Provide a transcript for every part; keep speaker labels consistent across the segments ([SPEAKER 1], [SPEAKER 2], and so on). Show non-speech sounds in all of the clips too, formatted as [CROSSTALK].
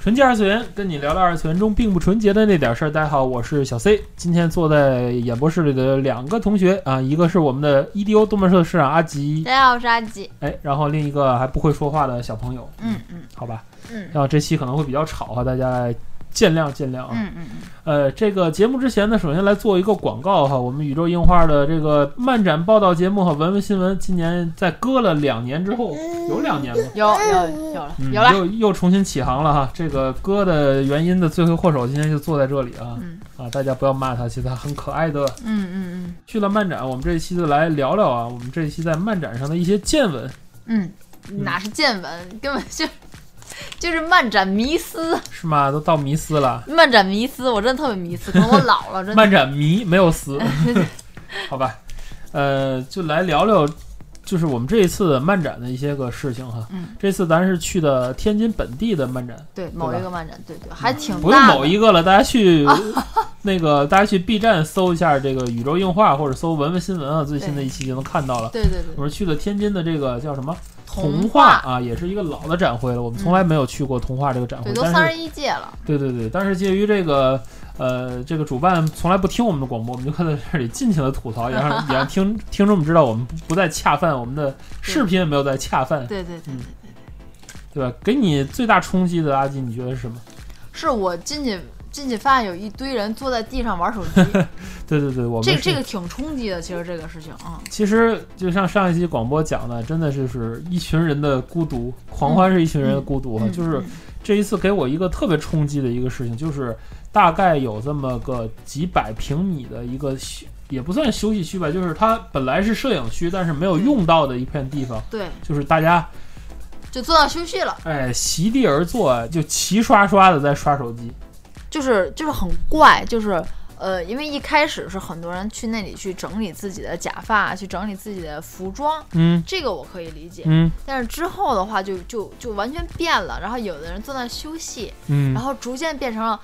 [SPEAKER 1] 纯洁二次元，跟你聊聊二次元中并不纯洁的那点事儿。大家好，我是小 C，今天坐在演播室里的两个同学啊，一个是我们的 EDO 动漫社的社啊长阿吉
[SPEAKER 2] 大，家好，我是阿吉。
[SPEAKER 1] 哎，然后另一个还不会说话的小朋友，
[SPEAKER 2] 嗯嗯
[SPEAKER 1] 好吧，
[SPEAKER 2] 嗯
[SPEAKER 1] 然后这期可能会比较吵啊，大家见谅见谅啊。
[SPEAKER 2] 嗯嗯
[SPEAKER 1] 呃，这个节目之前呢，首先来做一个广告哈，我们宇宙樱花的这个漫展报道节目和文文新闻，今年在搁了两年之后，有两年吗？
[SPEAKER 2] 有有有了
[SPEAKER 1] 嗯、
[SPEAKER 2] 有了。
[SPEAKER 1] 又又重新起航了哈。这个歌的原因的罪魁祸首今天就坐在这里啊、
[SPEAKER 2] 嗯
[SPEAKER 1] 啊！大家不要骂他，其实他很可爱的。
[SPEAKER 2] 嗯嗯
[SPEAKER 1] 去了漫展，我们这一期就来聊聊啊，我们这一期在漫展上的一些见闻。
[SPEAKER 2] 嗯嗯，哪是见闻，根本就就是漫展迷思，
[SPEAKER 1] 是吗？都到迷思了，
[SPEAKER 2] 漫展迷思，我真的特别迷思，可能我老
[SPEAKER 1] [LAUGHS]
[SPEAKER 2] 了，真的。
[SPEAKER 1] 漫展迷没有死，
[SPEAKER 2] 嗯 [LAUGHS]
[SPEAKER 1] 好吧？呃，就来聊聊，就是我们这一次漫展的一些个事情哈。
[SPEAKER 2] 嗯，
[SPEAKER 1] 这次咱是去的天津本地的漫展，
[SPEAKER 2] 对，某一个漫展，对对，还挺
[SPEAKER 1] 嗯不是
[SPEAKER 2] 大的。
[SPEAKER 1] 某一个了，大家去 [LAUGHS] 那个大家去 B 站搜一下这个宇宙硬化，或者搜文文新闻啊，最新的一期就能看到了。
[SPEAKER 2] 对对对
[SPEAKER 1] 我，们去了天津的这个叫什么
[SPEAKER 2] 童
[SPEAKER 1] 话，啊，也是一个老的展会了，我们从来没有去过童话这个展会
[SPEAKER 2] 对，，都三
[SPEAKER 1] 但
[SPEAKER 2] 十
[SPEAKER 1] 是嗯
[SPEAKER 2] 一届了。
[SPEAKER 1] 对对对，但是介于这个。呃，这个主办从来不听我们的广播，我们就在这里尽情的吐槽，也让
[SPEAKER 2] [LAUGHS]
[SPEAKER 1] 也让听听众们知道我们不不再恰饭，我们的视频也没有在恰饭，
[SPEAKER 2] 对对对对
[SPEAKER 1] 嗯
[SPEAKER 2] 对，
[SPEAKER 1] 对吧？给你最大冲击的阿金，你觉得是什么？
[SPEAKER 2] 是我进去进去发现有一堆人坐在地上玩手机，
[SPEAKER 1] 对对对，我们
[SPEAKER 2] 这个
[SPEAKER 1] 是
[SPEAKER 2] 这个挺冲击的，其实这个事情啊，
[SPEAKER 1] 其实就像上一期广播讲的，真的就是一群人的孤独，狂欢是一群人的孤独啊。
[SPEAKER 2] 嗯
[SPEAKER 1] 就是这一次给我一个特别冲击的一个事情，就是大概有这么个几百平米的一个休，也不算休息区吧，就是它本来是摄影区，但是没
[SPEAKER 2] 嗯
[SPEAKER 1] 有用到的一片地方，
[SPEAKER 2] 对，
[SPEAKER 1] 就是大家
[SPEAKER 2] 就坐到休息了。
[SPEAKER 1] 哎席地而坐，就齐刷刷的在刷手机。
[SPEAKER 2] 就是就是很怪，就是呃，因为一开始是很多人去那里去整理自己的假发，去整理自己的服装，
[SPEAKER 1] 嗯
[SPEAKER 2] 这个我可以理解。
[SPEAKER 1] 嗯
[SPEAKER 2] 但是之后的话就，就就完全变了。然后有的人坐那休息，然
[SPEAKER 1] 嗯，
[SPEAKER 2] 后逐渐变成了。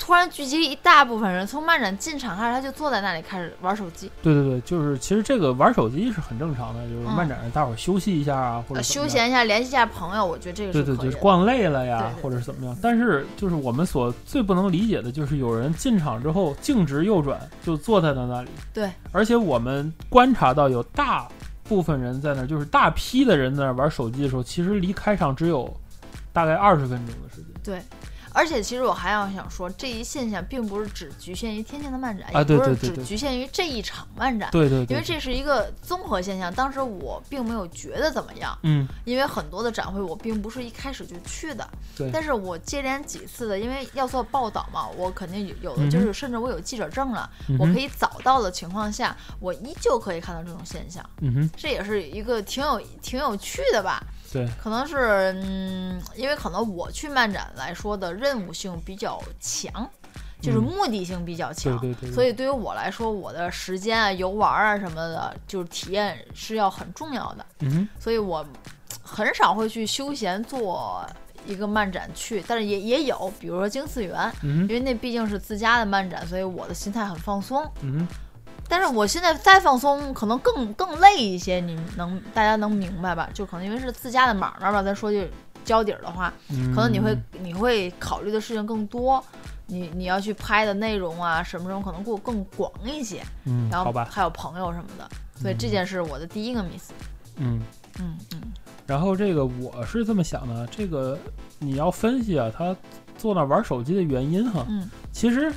[SPEAKER 2] 突然聚集一大部分人，从漫展进场开始，他就坐在那里开始玩手机，
[SPEAKER 1] 对对对，就是其实这个玩手机是很正常的，就是漫展上大伙儿休息一下啊，或者怎
[SPEAKER 2] 呃，
[SPEAKER 1] 么
[SPEAKER 2] 嗯休
[SPEAKER 1] 样
[SPEAKER 2] 闲一下，联系一下朋友，我觉得这个
[SPEAKER 1] 对
[SPEAKER 2] 是
[SPEAKER 1] 对
[SPEAKER 2] 可以
[SPEAKER 1] 对，
[SPEAKER 2] 的。
[SPEAKER 1] 逛累了呀
[SPEAKER 2] 对，对
[SPEAKER 1] 或者是怎么样？但是就是我们所最不能理解的就是有人进场之后径直右转就坐在了那里。
[SPEAKER 2] 对，
[SPEAKER 1] 而且我们观察到有大部分人在那儿，就是大批的人在那儿玩手机的时候，其实离开场只有大概二十分钟的时间。
[SPEAKER 2] 而且其实我还要想说，这一现象并不是只局限于天津的漫展，
[SPEAKER 1] 啊对
[SPEAKER 2] 也不是
[SPEAKER 1] 对对
[SPEAKER 2] 只
[SPEAKER 1] 对
[SPEAKER 2] 局限于这一场漫展。
[SPEAKER 1] 对对
[SPEAKER 2] 因
[SPEAKER 1] 对
[SPEAKER 2] 为，这是一个综合现象，当时我并没有觉得怎么样，
[SPEAKER 1] 嗯，
[SPEAKER 2] 因为很多的展会我并不是一开始就去的，
[SPEAKER 1] 对
[SPEAKER 2] 但是我接连几次的，因为要做报道嘛，我肯定有有
[SPEAKER 1] 嗯
[SPEAKER 2] 的
[SPEAKER 1] 哼
[SPEAKER 2] 就是，甚至我有记者证了，
[SPEAKER 1] 嗯
[SPEAKER 2] 我
[SPEAKER 1] 哼
[SPEAKER 2] 可，以早到的情况下，我依旧可以看到这种现象，
[SPEAKER 1] 嗯哼，
[SPEAKER 2] 这也是一个挺有挺有趣的吧。
[SPEAKER 1] 对，
[SPEAKER 2] 可能是，嗯，因为可能我去漫展来说的任务性比较强，就是
[SPEAKER 1] 嗯
[SPEAKER 2] 目的性比较强，
[SPEAKER 1] 对对对对
[SPEAKER 2] 所以对于我来说，我的时间啊、游玩啊什么的，就是体验是要很重要的，
[SPEAKER 1] 嗯哼，
[SPEAKER 2] 所以我很少会去休闲做一个漫展去，但是也也有，比如说京次元，
[SPEAKER 1] 嗯哼，
[SPEAKER 2] 因为那毕竟是自家的漫展，所以我的心态很放松。
[SPEAKER 1] 嗯哼，
[SPEAKER 2] 但是我现在再放松，可能更更累一些，你能大家能明白吧？就可能因为是自家的买卖吧，咱说句交底儿的话，
[SPEAKER 1] 嗯
[SPEAKER 2] 可能你会你会考虑的事情更多，你你要去拍的内容啊什么什么，可能更更广一些，
[SPEAKER 1] 嗯，
[SPEAKER 2] 然
[SPEAKER 1] 好
[SPEAKER 2] 后
[SPEAKER 1] 吧，
[SPEAKER 2] 还有朋友什么的，所以这件事是我的第一个 miss。
[SPEAKER 1] 嗯。
[SPEAKER 2] 嗯嗯，
[SPEAKER 1] 然后这个我是这么想的，这个你要分析啊，他坐那玩手机的原因哈。
[SPEAKER 2] 嗯，
[SPEAKER 1] 其实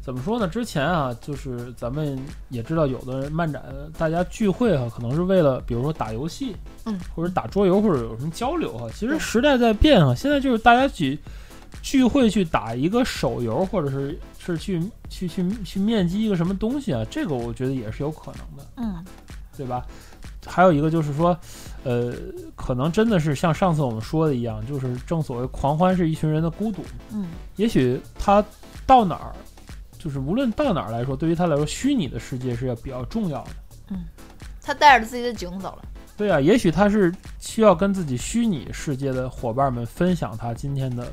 [SPEAKER 1] 怎么说呢？之前啊，就是咱们也知道，有的漫展大家聚会哈、可能是为了比如说打游戏，
[SPEAKER 2] 嗯，
[SPEAKER 1] 或者打桌游，或者有什么交流哈、其
[SPEAKER 2] 对
[SPEAKER 1] 实时代在变啊，现在就是大家去聚会去打一个手游，或者是是去去去去面基一个什么东西啊，这个我觉得也是有可能的。
[SPEAKER 2] 嗯
[SPEAKER 1] 对吧？还有一个就是说，呃，可能真的是像上次我们说的一样，就是正所谓狂欢是一群人的孤独。
[SPEAKER 2] 嗯，
[SPEAKER 1] 也许他到哪儿，就是无论到哪儿来说，对于他来说，虚拟的世界是要比较重要的。
[SPEAKER 2] 他带着自己的景走了。
[SPEAKER 1] 对啊，也许他是需要跟自己虚拟世界的伙伴们分享他今天的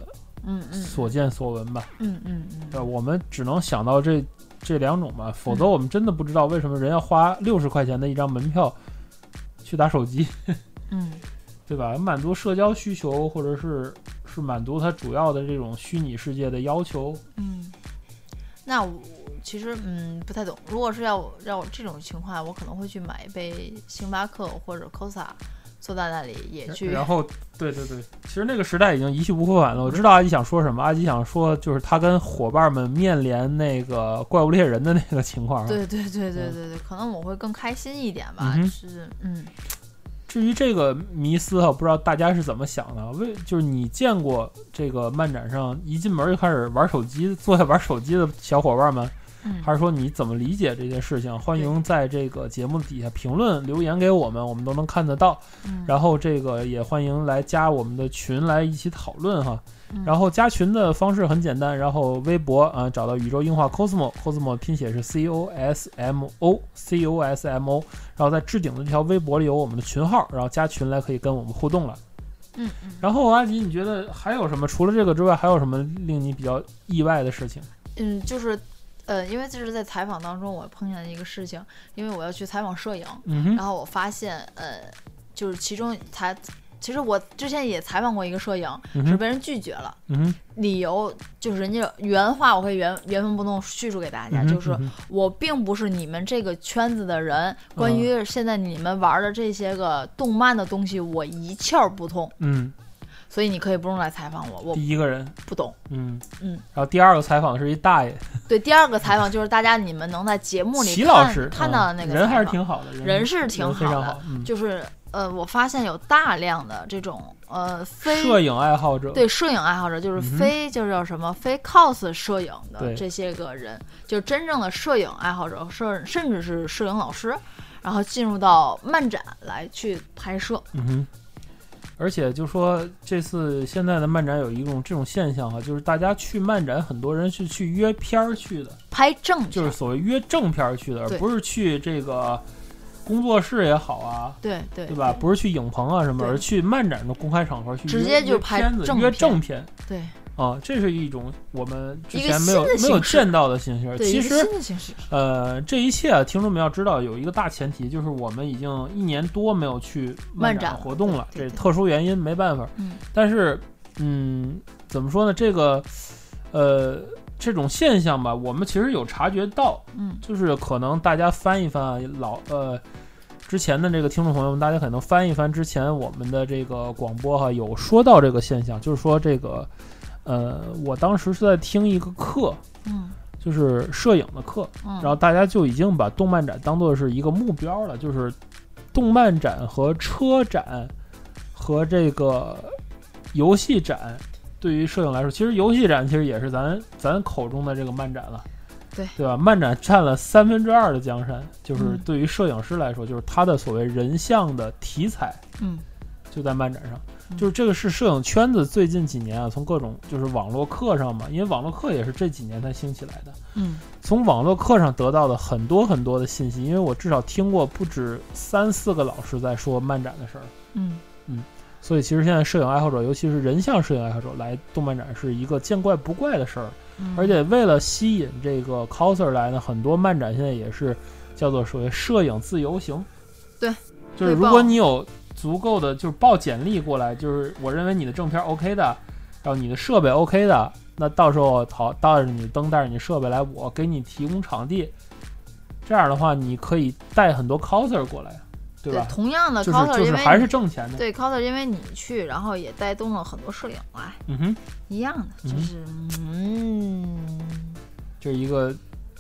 [SPEAKER 2] 嗯嗯
[SPEAKER 1] 所见所闻吧。
[SPEAKER 2] 嗯嗯嗯
[SPEAKER 1] 呃，我们只能想到这这两种吧，否则我们真的不知道为什么人要花六十块钱的一张门票去打手机，
[SPEAKER 2] 嗯
[SPEAKER 1] 对吧？满足社交需求，或者是是满足他主要的这种虚拟世界的要求。
[SPEAKER 2] 嗯。那我其实嗯不太懂，如果是要我让我这种情况，我可能会去买一杯星巴克或者 Costa，坐在那里也去。
[SPEAKER 1] 然后，对对对，其实那个时代已经一去不复返了。我知道阿基想说什么，阿基想说就是他跟伙伴们面临那个怪物猎人的那个情况。
[SPEAKER 2] 对对对对
[SPEAKER 1] 嗯
[SPEAKER 2] 对对，可能我会更开心一点吧，
[SPEAKER 1] 嗯哼
[SPEAKER 2] 是嗯
[SPEAKER 1] 至于这个迷思哈，不知道大家是怎么想的？啊为就是你见过这个漫展上一进门就开始玩手机、坐下玩手机的小伙伴们，
[SPEAKER 2] 嗯，
[SPEAKER 1] 还是说你怎么理解这件事情？欢迎在这个节目底下评论留言给我们，我们都能看得到。
[SPEAKER 2] 嗯
[SPEAKER 1] 然后这个也欢迎来加我们的群来一起讨论哈。
[SPEAKER 2] 嗯
[SPEAKER 1] 然后加群的方式很简单，然后微博啊、找到宇宙硬化 cosmo，cosmo 拼写是 c o s m o c o s m o，然后在置顶的这条微博里有我们的群号，然后加群来可以跟我们互动了。
[SPEAKER 2] 嗯嗯。
[SPEAKER 1] 然后阿吉，你觉得还有什么？除了这个之外，还有什么令你比较意外的事情？
[SPEAKER 2] 嗯，就是，呃，因为这是在采访当中我碰见的一个事情，因为我要去采访摄影，
[SPEAKER 1] 嗯
[SPEAKER 2] 然后我发现，呃，就是其中采，其实我之前也采访过一个摄影，
[SPEAKER 1] 嗯
[SPEAKER 2] 是
[SPEAKER 1] 哼，
[SPEAKER 2] 被人拒绝了，
[SPEAKER 1] 嗯哼，
[SPEAKER 2] 理由就是人家原话，我可以原原封不动叙述给大家，
[SPEAKER 1] 嗯哼
[SPEAKER 2] 哎就是
[SPEAKER 1] 嗯哼嗯
[SPEAKER 2] 我并不是你们这个圈子的人，关于现在你们玩的这些个动漫的东西，我一窍儿不通，
[SPEAKER 1] 嗯，
[SPEAKER 2] 所以你可以不用来采访我，我
[SPEAKER 1] 第一个人，
[SPEAKER 2] 不懂。
[SPEAKER 1] 嗯
[SPEAKER 2] 嗯，
[SPEAKER 1] [LAUGHS] 然后第二个采访的是一大爷，
[SPEAKER 2] 对，第二个采访就是大家你们能在节目里
[SPEAKER 1] 齐
[SPEAKER 2] 看
[SPEAKER 1] 老师，
[SPEAKER 2] 看到的
[SPEAKER 1] 嗯
[SPEAKER 2] 那个
[SPEAKER 1] 人
[SPEAKER 2] 采
[SPEAKER 1] 还是
[SPEAKER 2] 访嗯
[SPEAKER 1] 挺好的，人
[SPEAKER 2] 人是挺
[SPEAKER 1] 人非常
[SPEAKER 2] 好的，
[SPEAKER 1] 好，嗯，
[SPEAKER 2] 就是呃，我发现有大量的这种呃非
[SPEAKER 1] 摄影爱好者，
[SPEAKER 2] 对摄影爱好者，就是
[SPEAKER 1] 嗯哼
[SPEAKER 2] 非、就是叫什么非 cos 摄影的
[SPEAKER 1] 对
[SPEAKER 2] 这些个人，就真正的摄影爱好者，摄甚至是摄影老师，然后进入到漫展来去拍摄。
[SPEAKER 1] 嗯哼，而且就说这次现在的漫展有一种这种现象哈，就是大家去漫展，很多人是去约片儿去的，
[SPEAKER 2] 拍正片
[SPEAKER 1] 就是所谓约正片儿去的，而
[SPEAKER 2] 对
[SPEAKER 1] 不是去这个工作室也好啊，
[SPEAKER 2] 对对
[SPEAKER 1] 对吧？？不是去影棚啊什么，
[SPEAKER 2] 对
[SPEAKER 1] 而去漫展的公开场合去
[SPEAKER 2] 直
[SPEAKER 1] 约
[SPEAKER 2] 接就
[SPEAKER 1] 约
[SPEAKER 2] 拍
[SPEAKER 1] 片子
[SPEAKER 2] 正
[SPEAKER 1] 约
[SPEAKER 2] 片
[SPEAKER 1] 正片
[SPEAKER 2] 对
[SPEAKER 1] 啊，这是一种我们之
[SPEAKER 2] 一个
[SPEAKER 1] 前没有
[SPEAKER 2] 新的
[SPEAKER 1] 没有
[SPEAKER 2] 形式
[SPEAKER 1] 见到的形式。
[SPEAKER 2] 对，
[SPEAKER 1] 呃其
[SPEAKER 2] 一
[SPEAKER 1] 实
[SPEAKER 2] 个新的形式。
[SPEAKER 1] 呃，这一切啊，听众们要知道有一个大前提，就是我们已经一年多没有去漫
[SPEAKER 2] 漫展
[SPEAKER 1] 展
[SPEAKER 2] 了
[SPEAKER 1] 活动了，
[SPEAKER 2] 对对
[SPEAKER 1] 这特殊原因没办法。
[SPEAKER 2] 嗯
[SPEAKER 1] 但是，嗯，怎么说呢？这个，呃，这种现象吧，我们其实有察觉到，
[SPEAKER 2] 嗯
[SPEAKER 1] 就是可能大家翻一翻啊，老呃。之前的这个听众朋友们，大家可能翻一翻之前我们的这个广播哈，有说到这个现象，就是说这个，呃，我当时是在听一个课，
[SPEAKER 2] 嗯
[SPEAKER 1] 就是摄影的课，
[SPEAKER 2] 嗯，
[SPEAKER 1] 然后大家就已经把动漫展当做是一个目标了，就是动漫展和车展和这个游戏展，对于摄影来说，其实游戏展其实也是咱咱口中的这个漫展了，
[SPEAKER 2] 对
[SPEAKER 1] 对吧？漫展占了三分之二的江山，就是
[SPEAKER 2] 嗯
[SPEAKER 1] 对于摄影师来说，就是他的所谓人像的题材
[SPEAKER 2] 嗯
[SPEAKER 1] 就在漫展上。
[SPEAKER 2] 嗯
[SPEAKER 1] 就是这个是摄影圈子最近几年啊，从各种就是网络课上嘛，因为网络课也是这几年才兴起来的，
[SPEAKER 2] 嗯
[SPEAKER 1] 从网络课上得到的很多很多的信息，因为我至少听过不止三四个老师在说漫展的事儿，
[SPEAKER 2] 嗯
[SPEAKER 1] 所以其实现在摄影爱好者，尤其是人像摄影爱好者来动漫展是一个见怪不怪的事儿，
[SPEAKER 2] 嗯，
[SPEAKER 1] 而且为了吸引这个 coser 来呢，很多漫展现在也是叫做所谓摄影自由行，
[SPEAKER 2] 对，
[SPEAKER 1] 就是如
[SPEAKER 2] 汇报
[SPEAKER 1] 果你有足够的就是报简历过来，就是我认为你的正片 OK 的，然后你的设备 OK 的，那到时候好带着你的灯带着你设备来，我给你提供场地，这样的话你可以带很多 coser 过来，对吧？
[SPEAKER 2] 同样的
[SPEAKER 1] 就是
[SPEAKER 2] coser，
[SPEAKER 1] 就是
[SPEAKER 2] 因为
[SPEAKER 1] 还
[SPEAKER 2] 你
[SPEAKER 1] 是挣钱的，
[SPEAKER 2] 对 coser，因为你去，然后也带动了很多摄影来。
[SPEAKER 1] 嗯哼。
[SPEAKER 2] 一样的，就
[SPEAKER 1] 嗯
[SPEAKER 2] 是嗯
[SPEAKER 1] 这是一个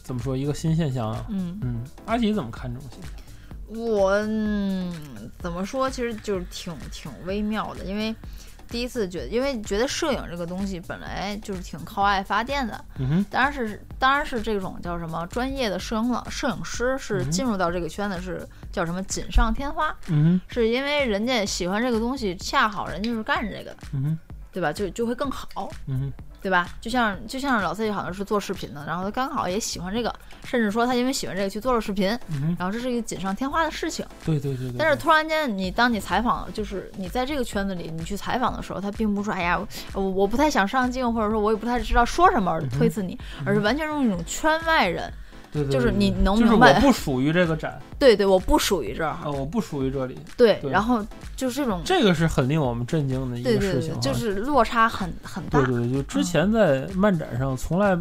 [SPEAKER 1] 怎么说一个新现象啊？
[SPEAKER 2] 嗯，
[SPEAKER 1] 嗯，阿吉怎么看这种现象？
[SPEAKER 2] 我嗯怎么说，其实就是挺挺微妙的，因为第一次觉得，因为觉得摄影这个东西本来就是挺靠爱发电的，
[SPEAKER 1] 嗯哼，
[SPEAKER 2] 当然是当然是这种叫什么专业的摄影老摄影师是进入到这个圈子是叫什么锦上添花，
[SPEAKER 1] 嗯
[SPEAKER 2] 是因为人家喜欢这个东西，恰好人家是干这个的，
[SPEAKER 1] 哼，嗯哼，
[SPEAKER 2] 对吧？就就会更好，
[SPEAKER 1] 嗯哼，
[SPEAKER 2] 对吧？就像就像老 C 好像是做视频的，然后他刚好也喜欢这个，甚至说他因为喜欢这个去做了视频，
[SPEAKER 1] 嗯哼，
[SPEAKER 2] 然后这是一个锦上添花的事情。
[SPEAKER 1] 对对对对。
[SPEAKER 2] 但是突然间，你当你采访，就是你在这个圈子里，你去采访的时候，他并不是说，哎呀，我我不太想上镜，或者说我也不太知道说什么而推辞你，而是完全用一种圈外人，
[SPEAKER 1] 嗯对对对
[SPEAKER 2] 就是你能
[SPEAKER 1] 就是
[SPEAKER 2] 明
[SPEAKER 1] 我
[SPEAKER 2] 白
[SPEAKER 1] 不属于这个展，
[SPEAKER 2] 对对，我不属于这儿，
[SPEAKER 1] 啊，我不属于这里，
[SPEAKER 2] 对，
[SPEAKER 1] 对
[SPEAKER 2] 然后就是这种，
[SPEAKER 1] 这个是很令我们震惊的一
[SPEAKER 2] 对
[SPEAKER 1] 个
[SPEAKER 2] 对
[SPEAKER 1] 事
[SPEAKER 2] 对
[SPEAKER 1] 情，哈。
[SPEAKER 2] 就是嗯落差很很大
[SPEAKER 1] 对，对对，就之前在漫展上从来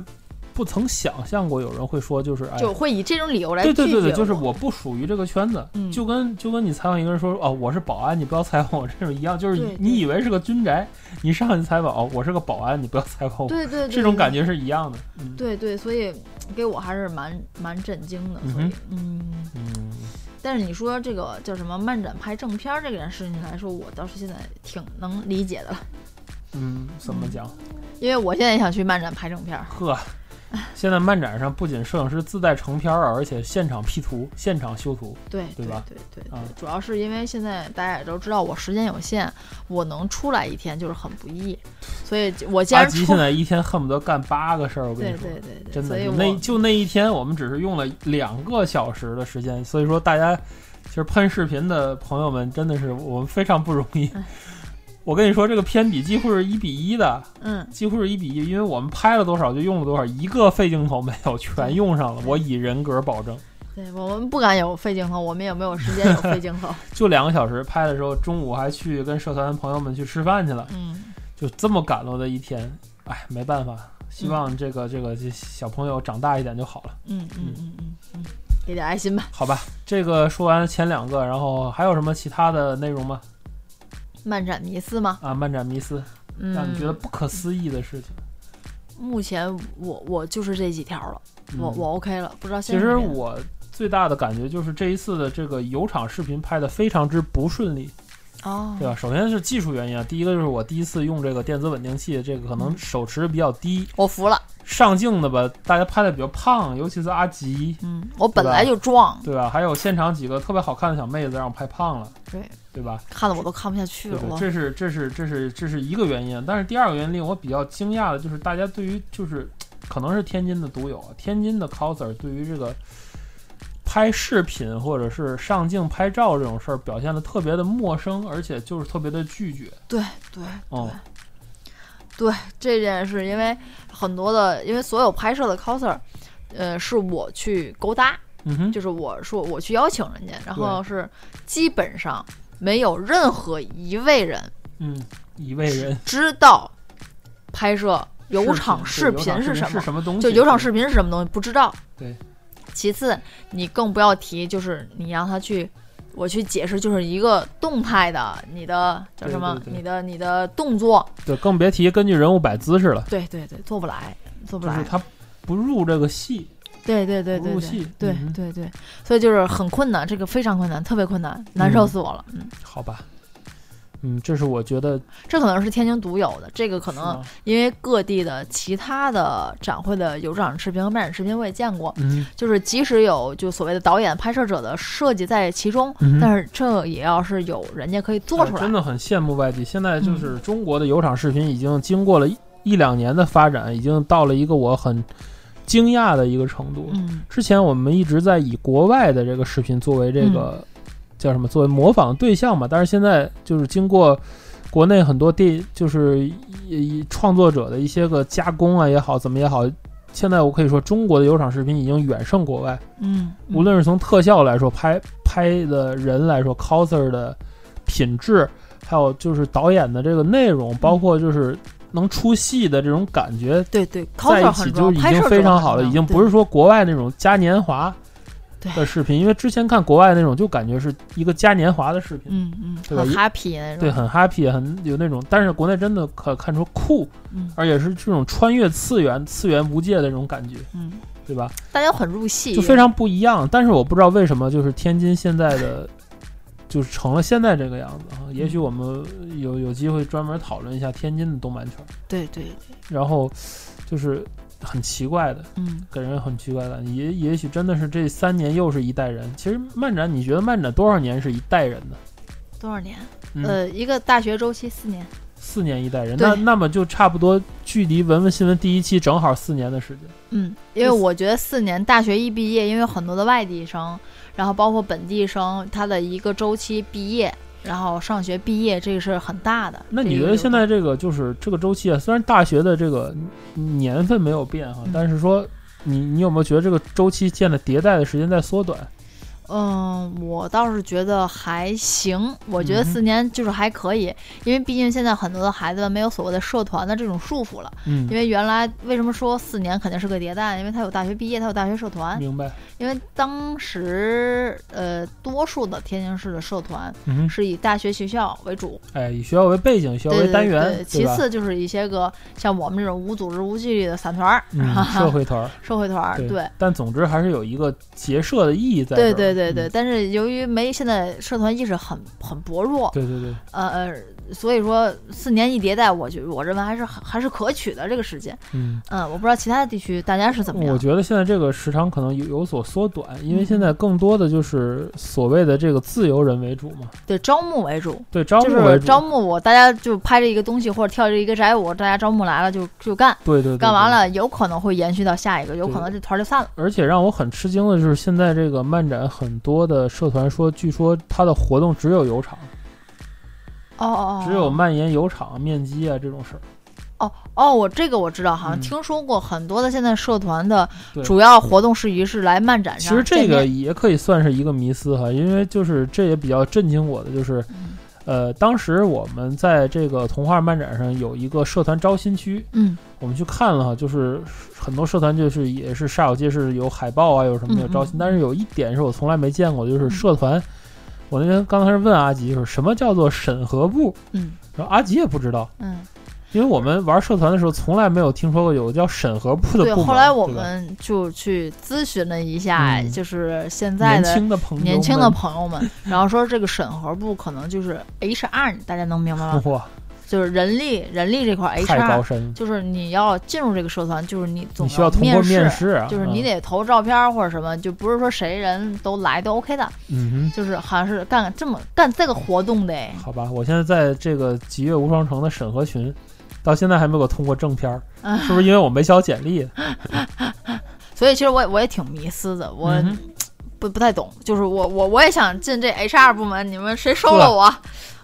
[SPEAKER 1] 不曾想象过有人会说，就是哎，
[SPEAKER 2] 就会以这种理由来拒
[SPEAKER 1] 对
[SPEAKER 2] 绝
[SPEAKER 1] 对对对，
[SPEAKER 2] 我
[SPEAKER 1] 就是我不属于这个圈子，
[SPEAKER 2] 嗯
[SPEAKER 1] 就跟就跟你采访一个人说哦，我是保安，你不要采访我这种一样，就是
[SPEAKER 2] 对对
[SPEAKER 1] 你以为是个军宅，你上去采访哦，我是个保安，你不要采访我，
[SPEAKER 2] 对对对
[SPEAKER 1] 这种感
[SPEAKER 2] 觉，
[SPEAKER 1] 觉是一样的。嗯
[SPEAKER 2] 对对，所以给我还是蛮蛮震惊的，所以嗯
[SPEAKER 1] 嗯，
[SPEAKER 2] 但是你说这个叫什么漫展拍正片儿这件事情来说，我倒是现在挺能理解的了，
[SPEAKER 1] 嗯，怎么讲？
[SPEAKER 2] 因为我现在也想去漫展拍正片儿。
[SPEAKER 1] 呵，现在漫展上不仅摄影师自带成片儿，而且现场 P 图、现场修图。
[SPEAKER 2] 对
[SPEAKER 1] 对吧
[SPEAKER 2] 对对对
[SPEAKER 1] 啊
[SPEAKER 2] 主要是因为现在大家也都知道我时间有限，我能出来一天就是很不易，所以我既
[SPEAKER 1] 阿
[SPEAKER 2] 然
[SPEAKER 1] 吉
[SPEAKER 2] 出，
[SPEAKER 1] 现在一天恨不得干八个事儿，我跟
[SPEAKER 2] 对
[SPEAKER 1] 你说。
[SPEAKER 2] 对对对，
[SPEAKER 1] 真
[SPEAKER 2] 所
[SPEAKER 1] 的
[SPEAKER 2] 以
[SPEAKER 1] 就
[SPEAKER 2] 我
[SPEAKER 1] 那就那一天，我们只是用了两个小时的时间，所以说大家其实喷视频的朋友们真的是我们非常不容易
[SPEAKER 2] 哎。
[SPEAKER 1] [LAUGHS] 我跟你说，这个偏比几乎是一比一的，
[SPEAKER 2] 嗯，
[SPEAKER 1] 几乎是一比一，因为我们拍了多少就用了多少，一个废镜头没有，全用上了。我以人格保证，
[SPEAKER 2] 对我们不敢有废镜头，我们也没有时间有废镜头。
[SPEAKER 1] 就两个小时拍的时候，中午还去跟社团朋友们去吃饭去了，
[SPEAKER 2] 嗯，
[SPEAKER 1] 就这么赶路的一天，哎，没办法，希望这个这个这小朋友长大一点就好了。
[SPEAKER 2] 嗯嗯嗯嗯嗯，给点爱心吧。
[SPEAKER 1] 好吧，这个说完前两个，然后还有什么其他的内容吗？
[SPEAKER 2] 漫展迷思吗？
[SPEAKER 1] 啊，漫展迷思，
[SPEAKER 2] 嗯，
[SPEAKER 1] 让你觉得不可思议的事情。
[SPEAKER 2] 目前我我就是这几条了，我
[SPEAKER 1] 嗯
[SPEAKER 2] 我 OK 了，不知道现
[SPEAKER 1] 其
[SPEAKER 2] 在
[SPEAKER 1] 实
[SPEAKER 2] 是这样
[SPEAKER 1] 我最大的感觉就是这一次的这个有场视频拍的非常之不顺利，
[SPEAKER 2] 哦，
[SPEAKER 1] 对吧？首先是技术原因啊，第一个就是我第一次用这个电子稳定器，这个可能
[SPEAKER 2] 嗯
[SPEAKER 1] 手持比较低，
[SPEAKER 2] 我服了，
[SPEAKER 1] 上镜的吧，大家拍的比较胖，尤其是阿吉，
[SPEAKER 2] 嗯，我本来就壮，
[SPEAKER 1] 对嗯吧？还有现场几个特别好看的小妹子让我拍胖了，
[SPEAKER 2] 对，
[SPEAKER 1] 对吧？
[SPEAKER 2] 看得我都看不下去
[SPEAKER 1] 对
[SPEAKER 2] 了，
[SPEAKER 1] 对，
[SPEAKER 2] 我
[SPEAKER 1] 这是这是这是这是一个原因，但是第二个原因令我比较惊讶的就是大家对于就是可能是天津的独有，啊，天津的 coser 对于这个拍视频或者是上镜拍照这种事儿表现的特别的陌生，而且就是特别的拒绝。
[SPEAKER 2] 对对
[SPEAKER 1] 嗯，
[SPEAKER 2] 对这件事，因为很多的，因为所有拍摄的 coser，呃，是我去勾搭，
[SPEAKER 1] 嗯哼，
[SPEAKER 2] 就是我说我去邀请人家，然后是基本上没有任何一位人
[SPEAKER 1] 嗯，一位人
[SPEAKER 2] 知道拍摄有场
[SPEAKER 1] 视
[SPEAKER 2] 视
[SPEAKER 1] 频对有场
[SPEAKER 2] 频
[SPEAKER 1] 视
[SPEAKER 2] 是什
[SPEAKER 1] 是
[SPEAKER 2] 么，
[SPEAKER 1] 什么东西？
[SPEAKER 2] 就有场视频是什么东西不知道。
[SPEAKER 1] 对。
[SPEAKER 2] 其次，你更不要提，就是你让他去，我去解释，就是一个动态的，你的叫
[SPEAKER 1] 对
[SPEAKER 2] 什么？
[SPEAKER 1] 对对
[SPEAKER 2] 你的你的动作，
[SPEAKER 1] 对，更别提根据人物摆姿势了，
[SPEAKER 2] 对对对，做不来，做不
[SPEAKER 1] 就
[SPEAKER 2] 来
[SPEAKER 1] 是。他不入这个戏。
[SPEAKER 2] 对对对对
[SPEAKER 1] 入
[SPEAKER 2] 对
[SPEAKER 1] 戏
[SPEAKER 2] 对
[SPEAKER 1] 嗯哼
[SPEAKER 2] 对对，所以就是很困难，这个非常困难，特别困难，难受
[SPEAKER 1] 嗯
[SPEAKER 2] 死我了。嗯，
[SPEAKER 1] 好吧，嗯，这是我觉得
[SPEAKER 2] 这可能是天津独有的，这个可
[SPEAKER 1] 是
[SPEAKER 2] 能
[SPEAKER 1] 吗
[SPEAKER 2] 因为各地的其他的展会的有展视频和漫展视频我也见过，
[SPEAKER 1] 嗯
[SPEAKER 2] 就是即使有就所谓的导演、拍摄者的设计在其中，
[SPEAKER 1] 嗯哼
[SPEAKER 2] 但是这也要是有人家可以做
[SPEAKER 1] 我
[SPEAKER 2] 出来
[SPEAKER 1] 哎真。的很羡慕外地。现在就是中国的有场视频已经经过了一一两年的发展，已经到了一个我很惊讶的一个程度。
[SPEAKER 2] 嗯
[SPEAKER 1] 之前我们一直在以国外的这个视频作为这
[SPEAKER 2] 嗯
[SPEAKER 1] 个、叫什么作为模仿对象嘛，但是现在就是经过国内很多电就是一一创作者的一些个加工啊也好，怎么也好。现在我可以说，中国的有场视频已经远胜国外。
[SPEAKER 2] 嗯，
[SPEAKER 1] 无论是从特效来说，拍拍的人来说，coser 的品质，还有就是导演的这个内容，包
[SPEAKER 2] 嗯
[SPEAKER 1] 括就是能出戏的这种感觉，
[SPEAKER 2] 对对
[SPEAKER 1] 在
[SPEAKER 2] ，coser
[SPEAKER 1] 一起
[SPEAKER 2] 很重要，
[SPEAKER 1] 就已
[SPEAKER 2] 拍摄
[SPEAKER 1] 经
[SPEAKER 2] 者
[SPEAKER 1] 非常
[SPEAKER 2] 很
[SPEAKER 1] 好了，
[SPEAKER 2] 重
[SPEAKER 1] 已
[SPEAKER 2] 要
[SPEAKER 1] 经不是说国外那种嘉年华
[SPEAKER 2] 对
[SPEAKER 1] 的视频，因为之前看国外那种就感觉是一个嘉年华的视
[SPEAKER 2] 对
[SPEAKER 1] 频，
[SPEAKER 2] 嗯嗯
[SPEAKER 1] 对吧
[SPEAKER 2] 很 happy 那种，
[SPEAKER 1] 对，很 happy，很有那种，但是国内真的可看出酷，
[SPEAKER 2] 嗯
[SPEAKER 1] 而且是这种穿越次元、次元无界的这种感觉，
[SPEAKER 2] 嗯，
[SPEAKER 1] 对吧？
[SPEAKER 2] 大家很入戏，
[SPEAKER 1] 就非常不一样。但是我不知道为什么，就是天津现在的就是成了现在这个样子啊。也许我们有有机会专门讨论一下天津的动漫圈，
[SPEAKER 2] 对对对，
[SPEAKER 1] 然后就是很奇怪的，
[SPEAKER 2] 嗯，
[SPEAKER 1] 给人很奇怪的，也也许真的是这三年又是一代人。其实漫展，你觉得漫展多少年是一代人呢？
[SPEAKER 2] 多少年？
[SPEAKER 1] 嗯、
[SPEAKER 2] 呃，一个大学周期四年，
[SPEAKER 1] 四年一代人，
[SPEAKER 2] 对
[SPEAKER 1] 那那么就差不多距离文文新闻第一期正好四年的时间。
[SPEAKER 2] 嗯，因为我觉得四年大学一毕业，因为有很多的外地生，然后包括本地生，他的一个周期毕业，然后上学毕业，这个是很大的。
[SPEAKER 1] 那你
[SPEAKER 2] 这
[SPEAKER 1] 觉
[SPEAKER 2] 个
[SPEAKER 1] 得
[SPEAKER 2] 流
[SPEAKER 1] 现
[SPEAKER 2] 动
[SPEAKER 1] 在这个就是这个周期啊？虽然大学的这个年份没有变哈，
[SPEAKER 2] 嗯
[SPEAKER 1] 但是说你你有没有觉得这个周期间的迭代的时间在缩短？
[SPEAKER 2] 嗯，我倒是觉得还行，我觉得
[SPEAKER 1] 嗯哼
[SPEAKER 2] 四年就是还可以，因为毕竟现在很多的孩子们没有所谓的社团的这种束缚了。
[SPEAKER 1] 嗯
[SPEAKER 2] 因，为原来为什么说四年肯定是个迭代？因为他有大学毕业，他有大学社团。
[SPEAKER 1] 嗯明白。
[SPEAKER 2] 因为当时呃，多数的天津市的社团
[SPEAKER 1] 嗯，
[SPEAKER 2] 是以大学学校为主，
[SPEAKER 1] 哎，以学校为背景，学校
[SPEAKER 2] 对
[SPEAKER 1] 为
[SPEAKER 2] 对
[SPEAKER 1] 单元，
[SPEAKER 2] 对其
[SPEAKER 1] 对吧？
[SPEAKER 2] 次就是一些个像我们这种无组织无纪律的散团儿、
[SPEAKER 1] 嗯，社会团儿。
[SPEAKER 2] [LAUGHS] 社会团儿，对。
[SPEAKER 1] 但总之还是有一个结社的意义在这儿。
[SPEAKER 2] 对对对对，
[SPEAKER 1] 嗯
[SPEAKER 2] 但是由于没现在社团意识很很薄弱，
[SPEAKER 1] 对对对，
[SPEAKER 2] 呃呃，所以说四年一迭代，我觉我认为还是很还是可取的这个时间。
[SPEAKER 1] 嗯，
[SPEAKER 2] 嗯，我不知道其他的地区大家是怎么
[SPEAKER 1] 我
[SPEAKER 2] 样。
[SPEAKER 1] 觉得现在这个时长可能有有所缩短，因为
[SPEAKER 2] 嗯
[SPEAKER 1] 现在更多的就是所谓的这个自由人为主嘛，
[SPEAKER 2] 对招募为主，
[SPEAKER 1] 对招
[SPEAKER 2] 就
[SPEAKER 1] 募为
[SPEAKER 2] 是
[SPEAKER 1] 主，
[SPEAKER 2] 招募我大家就拍这一个东西或者跳这一个宅舞，大家招募来了就就干，
[SPEAKER 1] 对对对，
[SPEAKER 2] 干
[SPEAKER 1] 对
[SPEAKER 2] 完了有可能会延续到下一个，有可能这团就散了。
[SPEAKER 1] 而且让我很吃惊的就是，现在这个漫展很多的社团说，据说它的活动只有有场，
[SPEAKER 2] 哦哦哦，
[SPEAKER 1] 只有蔓延有场、面基啊这种事儿。
[SPEAKER 2] 哦哦，我这个我知道，好像
[SPEAKER 1] 嗯
[SPEAKER 2] 听说过很多的现在社团的
[SPEAKER 1] 对
[SPEAKER 2] 主要活动是于是来漫展
[SPEAKER 1] 其
[SPEAKER 2] 上
[SPEAKER 1] 实
[SPEAKER 2] 哎见面。
[SPEAKER 1] 这个也可以算是一个迷思哈，因为就是这也比较震惊我的，就是
[SPEAKER 2] 嗯，
[SPEAKER 1] 呃，当时我们在这个童话漫展上有一个社团招新区，
[SPEAKER 2] 嗯
[SPEAKER 1] 我们去看了哈，就是很多社团就是也是煞有介事，有海报啊，有什么的
[SPEAKER 2] 嗯
[SPEAKER 1] 有
[SPEAKER 2] 嗯
[SPEAKER 1] 招新，
[SPEAKER 2] 嗯
[SPEAKER 1] 但是有一点是我从来没见过的，就是
[SPEAKER 2] 嗯
[SPEAKER 1] 社团。我那天刚开始问阿吉，就是什么叫做审核部，
[SPEAKER 2] 嗯
[SPEAKER 1] 然后阿吉也不知道。
[SPEAKER 2] 嗯，
[SPEAKER 1] 因为我们玩社团的时候，从来没有听说过有叫审核部的
[SPEAKER 2] 对。
[SPEAKER 1] 部门。
[SPEAKER 2] 后来我
[SPEAKER 1] 对吧
[SPEAKER 2] 们就去咨询了一下，
[SPEAKER 1] 嗯
[SPEAKER 2] 就是现在
[SPEAKER 1] 年
[SPEAKER 2] 的
[SPEAKER 1] 轻的朋友们，
[SPEAKER 2] 年轻的朋友们，然后说这个审核部可能就是 HR，大家能明白吗？
[SPEAKER 1] 哇，
[SPEAKER 2] 就是人力人力这块
[SPEAKER 1] 哦太高
[SPEAKER 2] HR，
[SPEAKER 1] 深了，
[SPEAKER 2] 就是你要进入这个社团，就是你总
[SPEAKER 1] 你需要通过
[SPEAKER 2] 面
[SPEAKER 1] 面试啊，
[SPEAKER 2] 就是你
[SPEAKER 1] 嗯
[SPEAKER 2] 得投照片儿或者什么，就不是说谁人都来都 OK 的，
[SPEAKER 1] 嗯
[SPEAKER 2] 就是好像是干这么干这个活动的哎
[SPEAKER 1] 哼，好吧，我现在在这个极乐无双城的审核群，到现在还没有给我通过正片儿，
[SPEAKER 2] 啊
[SPEAKER 1] 是不是因为我没交简历？
[SPEAKER 2] 所以其实我也我也挺迷思的，我
[SPEAKER 1] 嗯哼
[SPEAKER 2] 不不太懂，就是我我我也想进这 HR 部门，你们谁收了
[SPEAKER 1] 对
[SPEAKER 2] 我？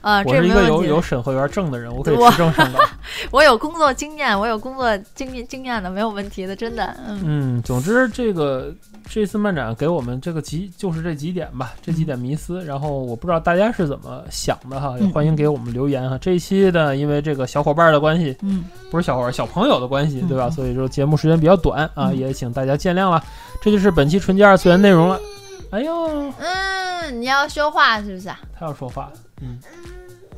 [SPEAKER 2] 啊，
[SPEAKER 1] 我
[SPEAKER 2] 这
[SPEAKER 1] 是一
[SPEAKER 2] 没
[SPEAKER 1] 个有
[SPEAKER 2] 问
[SPEAKER 1] 有
[SPEAKER 2] 题。
[SPEAKER 1] 审核员证的人，我可以
[SPEAKER 2] 我
[SPEAKER 1] 持证上岗。
[SPEAKER 2] 我有工作经验，我有工作经验经验的，没有问题的，真的。嗯
[SPEAKER 1] 嗯，总之这个这次漫展给我们这个几就是这几点吧，这
[SPEAKER 2] 嗯
[SPEAKER 1] 几点迷思。然后我不知道大家是怎么想的哈，也
[SPEAKER 2] 嗯
[SPEAKER 1] 欢迎给我们留言哈。这一期呢，因为这个小伙伴的关系，
[SPEAKER 2] 嗯，
[SPEAKER 1] 不是小伙伴，小朋友的关系，
[SPEAKER 2] 嗯
[SPEAKER 1] 对吧？
[SPEAKER 2] 嗯
[SPEAKER 1] 所以说节目时间比较短啊，
[SPEAKER 2] 嗯
[SPEAKER 1] 也请大家见谅了。这就是本期纯洁二次元内容了。哎呦，
[SPEAKER 2] 嗯，你要说话是不是啊？
[SPEAKER 1] 他要说话，嗯，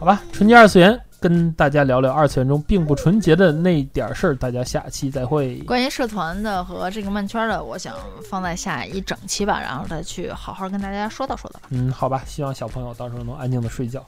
[SPEAKER 1] 好吧，纯洁二次元跟大家聊聊二次元中并不纯洁的那点儿事儿，大家下期再会。
[SPEAKER 2] 关于社团的和这个漫圈的，我想放在下一整期吧，然后再去好好跟大家说道说道。
[SPEAKER 1] 嗯，好吧，希望小朋友到时候能安静的睡觉。